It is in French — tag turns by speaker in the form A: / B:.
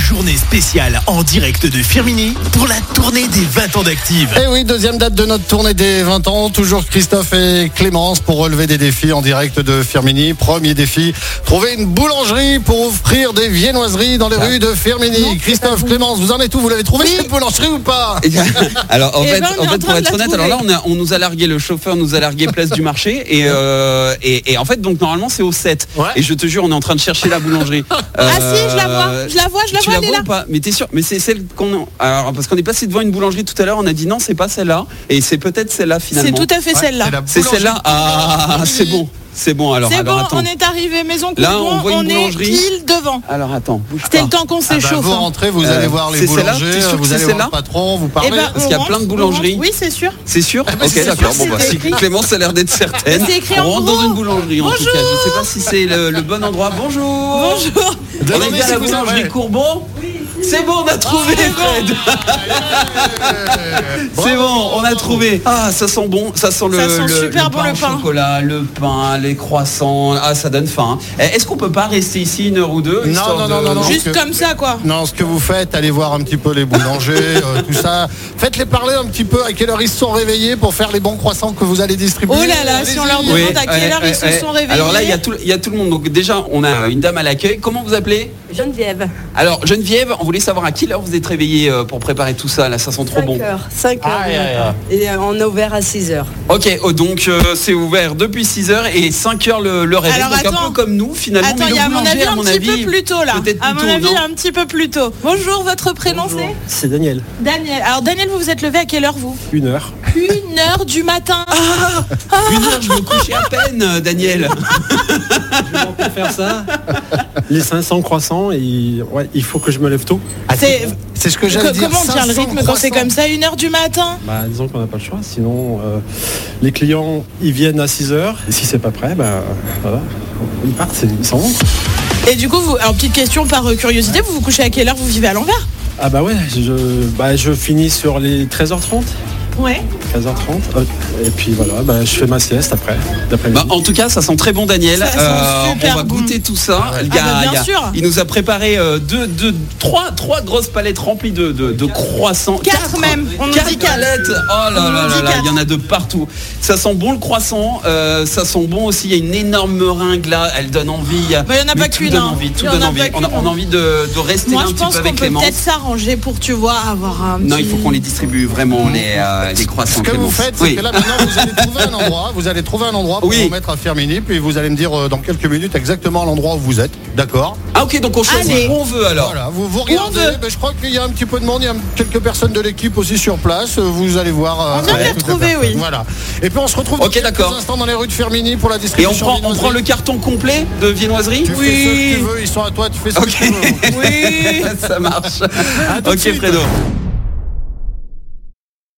A: journée spéciale en direct de Firmini pour la tournée des 20 ans d'Active.
B: Et Eh oui, deuxième date de notre tournée des 20 ans. Toujours Christophe et Clémence pour relever des défis en direct de Firmini. Premier défi, trouver une boulangerie pour offrir des viennoiseries dans les rues de Firmini.
C: Ah. Non, c'est pas
B: Christophe,
C: vous.
B: Clémence, vous en êtes où Vous l'avez trouvé
C: Oui.
B: cette boulangerie ou pas
D: Et- alors en
C: Eh
D: fait,
C: ben, on est
D: en
C: en
D: fait,
C: train
D: pour
C: de
D: être
C: la
D: honnête,
C: trouver.
D: alors là on, a- on nous a largué le chauffeur, nous a largué place du marché et, euh, et, et en fait donc normalement c'est au 7
B: Ouais.
D: et je te jure on est en train de chercher la boulangerie.
C: Ah
D: Euh,
C: si, je la vois, je la vois, je la
D: tu
C: vois,
D: la
C: elle est
D: vois
C: là.
D: ou pas Mais t'es sûr Mais c'est celle qu'on a- alors parce qu'on est passé devant une boulangerie tout à l'heure, on a dit non c'est pas celle-là et c'est peut-être celle-là
C: C'est
D: finalement.
C: tout à fait
B: Ouais,
C: celle-là.
B: c'est la
D: C'est
B: boulangerie.
D: celle-là. Ah c'est bon, c'est bon alors.
C: C'est
D: alors
C: bon,
D: attends.
C: on est arrivé, maison
D: Là,
C: Coudron,
D: on voit une
C: on est
D: boulangerie.
C: pile devant.
D: Alors attends. bouge
C: C'était
D: pas.
C: le temps qu'on
B: Ah bah,
C: s'échauffe.
B: vous
C: hein.
B: rentrez, vous
D: Euh,
B: allez voir les
D: c'est celle-là T'es
B: boulangers,
D: sûr que
B: vous
D: c'est
B: allez voir le
D: celle-là
B: patron, vous
C: Eh
B: parlez.
C: ben,
D: parce
C: on
D: qu'il y a
C: rentre,
D: plein de
C: on
D: boulangeries.
C: rentre. Oui, c'est sûr.
D: C'est sûr
B: mais
D: Ok,
B: c'est
D: d'accord.
B: sûr,
D: Bon, bah,
C: Ah, c'est
D: si
C: écrit.
D: Clémence a l'air d'être certaine,
C: Mais c'est
D: on
C: écrit en
D: rentre
C: gros.
D: dans une boulangerie en tout
C: Bonjour.
D: cas. Je sais pas si c'est le, le bon endroit. Bonjour
C: Bonjour.
D: On est
B: Demandez
D: bien à
B: si
D: la
B: vous en
D: boulangerie
B: avez.
D: Courbon C'est bon, on a trouvé,
C: Ah,
D: Fred C'est bon, on a trouvé. Ah, ça sent bon, ça sent le,
C: Ça sent
D: le-
C: super
D: le
C: bon,
D: pain
C: le
D: au
C: pain.
D: chocolat, le pain, les croissants. Ah, ça donne faim. hein. Eh, Est-ce qu'on peut pas rester ici une heure ou deux
B: Non,
D: histoire
B: non, non,
D: de-
B: non, non.
C: Juste
B: que-
C: comme ça, quoi.
B: Non, ce que vous faites, allez voir un petit peu les boulangers, euh, tout ça. Faites-les parler un petit peu à quelle heure ils se sont réveillés pour faire les bons croissants que vous allez distribuer.
C: Oh là là, si on
B: Allez-y.
C: leur demande à quelle heure ils se sont réveillés.
D: eh, Alors là, il y, a tout, il y a tout le monde. Donc déjà, on a une dame à l'accueil. Comment vous appelez
E: Geneviève.
D: Alors Geneviève, on voulait savoir à quelle heure vous êtes réveillée euh, pour préparer tout ça. Là, ça sent trop
E: 5
D: Oh bon.
E: heures. 5 heures.
D: Aïe,
E: du
D: aïe,
E: matin. Et euh, on a ouvert à 6 heures.
D: Ok, oh, donc euh, c'est ouvert depuis 6h et 5h le, le réveil.
C: Alors,
D: donc un
C: attends.
D: peu comme nous finalement.
C: Attends,
D: mais
C: il y a à
D: le
C: mon
D: boulanger,
C: avis un petit
D: avis,
C: peu plus tôt là.
D: peut-être plus
C: À mon
D: tôt,
C: avis
D: non
C: un petit peu plus tôt. Bonjour, votre prénom c'est
F: C'est Daniel,
C: Daniel. Alors Daniel, vous vous êtes levé à quelle heure vous
F: une heure.
C: Une heure du matin.
D: Une heure, je me couchais à peine, euh, Daniel.
F: Pour faire ça, les 500 croissants, et, ouais, il faut que je me lève tôt.
C: C'est
B: C'est ce que j'allais
C: Co-
B: dire.
C: comment on tient le
B: 500,
C: rythme quand c'est
B: 300.
C: comme ça Une heure du matin
F: Bah, disons qu'on n'a pas le choix, sinon euh, les clients ils viennent à 6 heures. Et si c'est pas prêt, bah, voilà, ils partent, c'est- ils s'en vont.
C: Et du coup, vous, alors petite question par euh, curiosité, vous vous couchez à quelle heure Vous vivez à l'envers
F: Ah bah ouais, je, bah, je finis sur les 13h30.
C: Ouais.
F: 13h30, hop, et puis voilà, bah, je fais ma sieste après,
D: Bah,
F: d'après-midi.
D: en tout cas, ça sent très bon, Daniel. Euh,
C: Ça sent
D: on
C: super
D: va
C: bon.
D: goûter tout ça. Il,
C: Ah bah, bien sûr.
D: il nous a préparé euh, deux, deux, trois, trois grosses palettes remplies de, de, de croissants.
C: Quatre même. On nous
D: quatre
C: dit quatre.
D: palettes. Oh là
C: On
D: là
C: nous
D: là
C: dit
D: là,
C: quatre.
D: il y en a de partout. Ça sent bon le croissant. euh, ça sent bon aussi. Il y a une énorme meringue là. Elle donne envie.
C: Bah, il y en a
D: Mais
C: pas
D: tout
C: qu'une,
D: donne
C: hein.
D: envie, tout
C: Il y en
D: donne
C: a
D: envie.
C: pas
D: On a,
C: qu'une,
D: on a
C: hein.
D: envie de, de rester
C: Moi
D: un
C: je
D: petit
C: pense
D: peu
C: qu'on
D: avec
C: peut
D: Clémence.
C: peut-être s'arranger pour tu vois avoir un
D: Non,
C: petit-
D: il faut qu'on les distribue vraiment les, euh, les croissants.
B: Ce que vous
D: Clémence.
B: faites, c'est
D: Oui.
B: que là maintenant vous allez trouver un endroit, vous allez trouver un endroit pour
D: Oui.
B: vous mettre à Firmini, puis vous allez me dire euh, dans quelques minutes exactement l'endroit où vous êtes, d'accord
D: Ah ok, donc on choisit
C: Allez.
D: où on veut alors.
B: Voilà, vous vous regardez,
C: veut.
B: ben, je crois qu'il y a un petit peu de monde, il y a quelques personnes de l'équipe aussi sur place, euh, vous allez voir. euh,
C: On vient de les
B: toutes
C: retrouver,
B: personnes.
C: oui.
B: Voilà. Et puis on se retrouve
D: Ok,
B: dans quelques
D: d'accord.
B: instants dans les rues de Firmini pour la
D: Et on
B: distribution.
D: prend, on
B: viennoiserie.
D: prend le carton complet de viennoiserie
B: Tu fais ce que tu veux, ils sont à toi, tu fais ce
D: Ok.
B: que tu veux.
C: Oui.
D: Ça marche.
B: tout de
D: Ok
B: suite.
D: Fredo.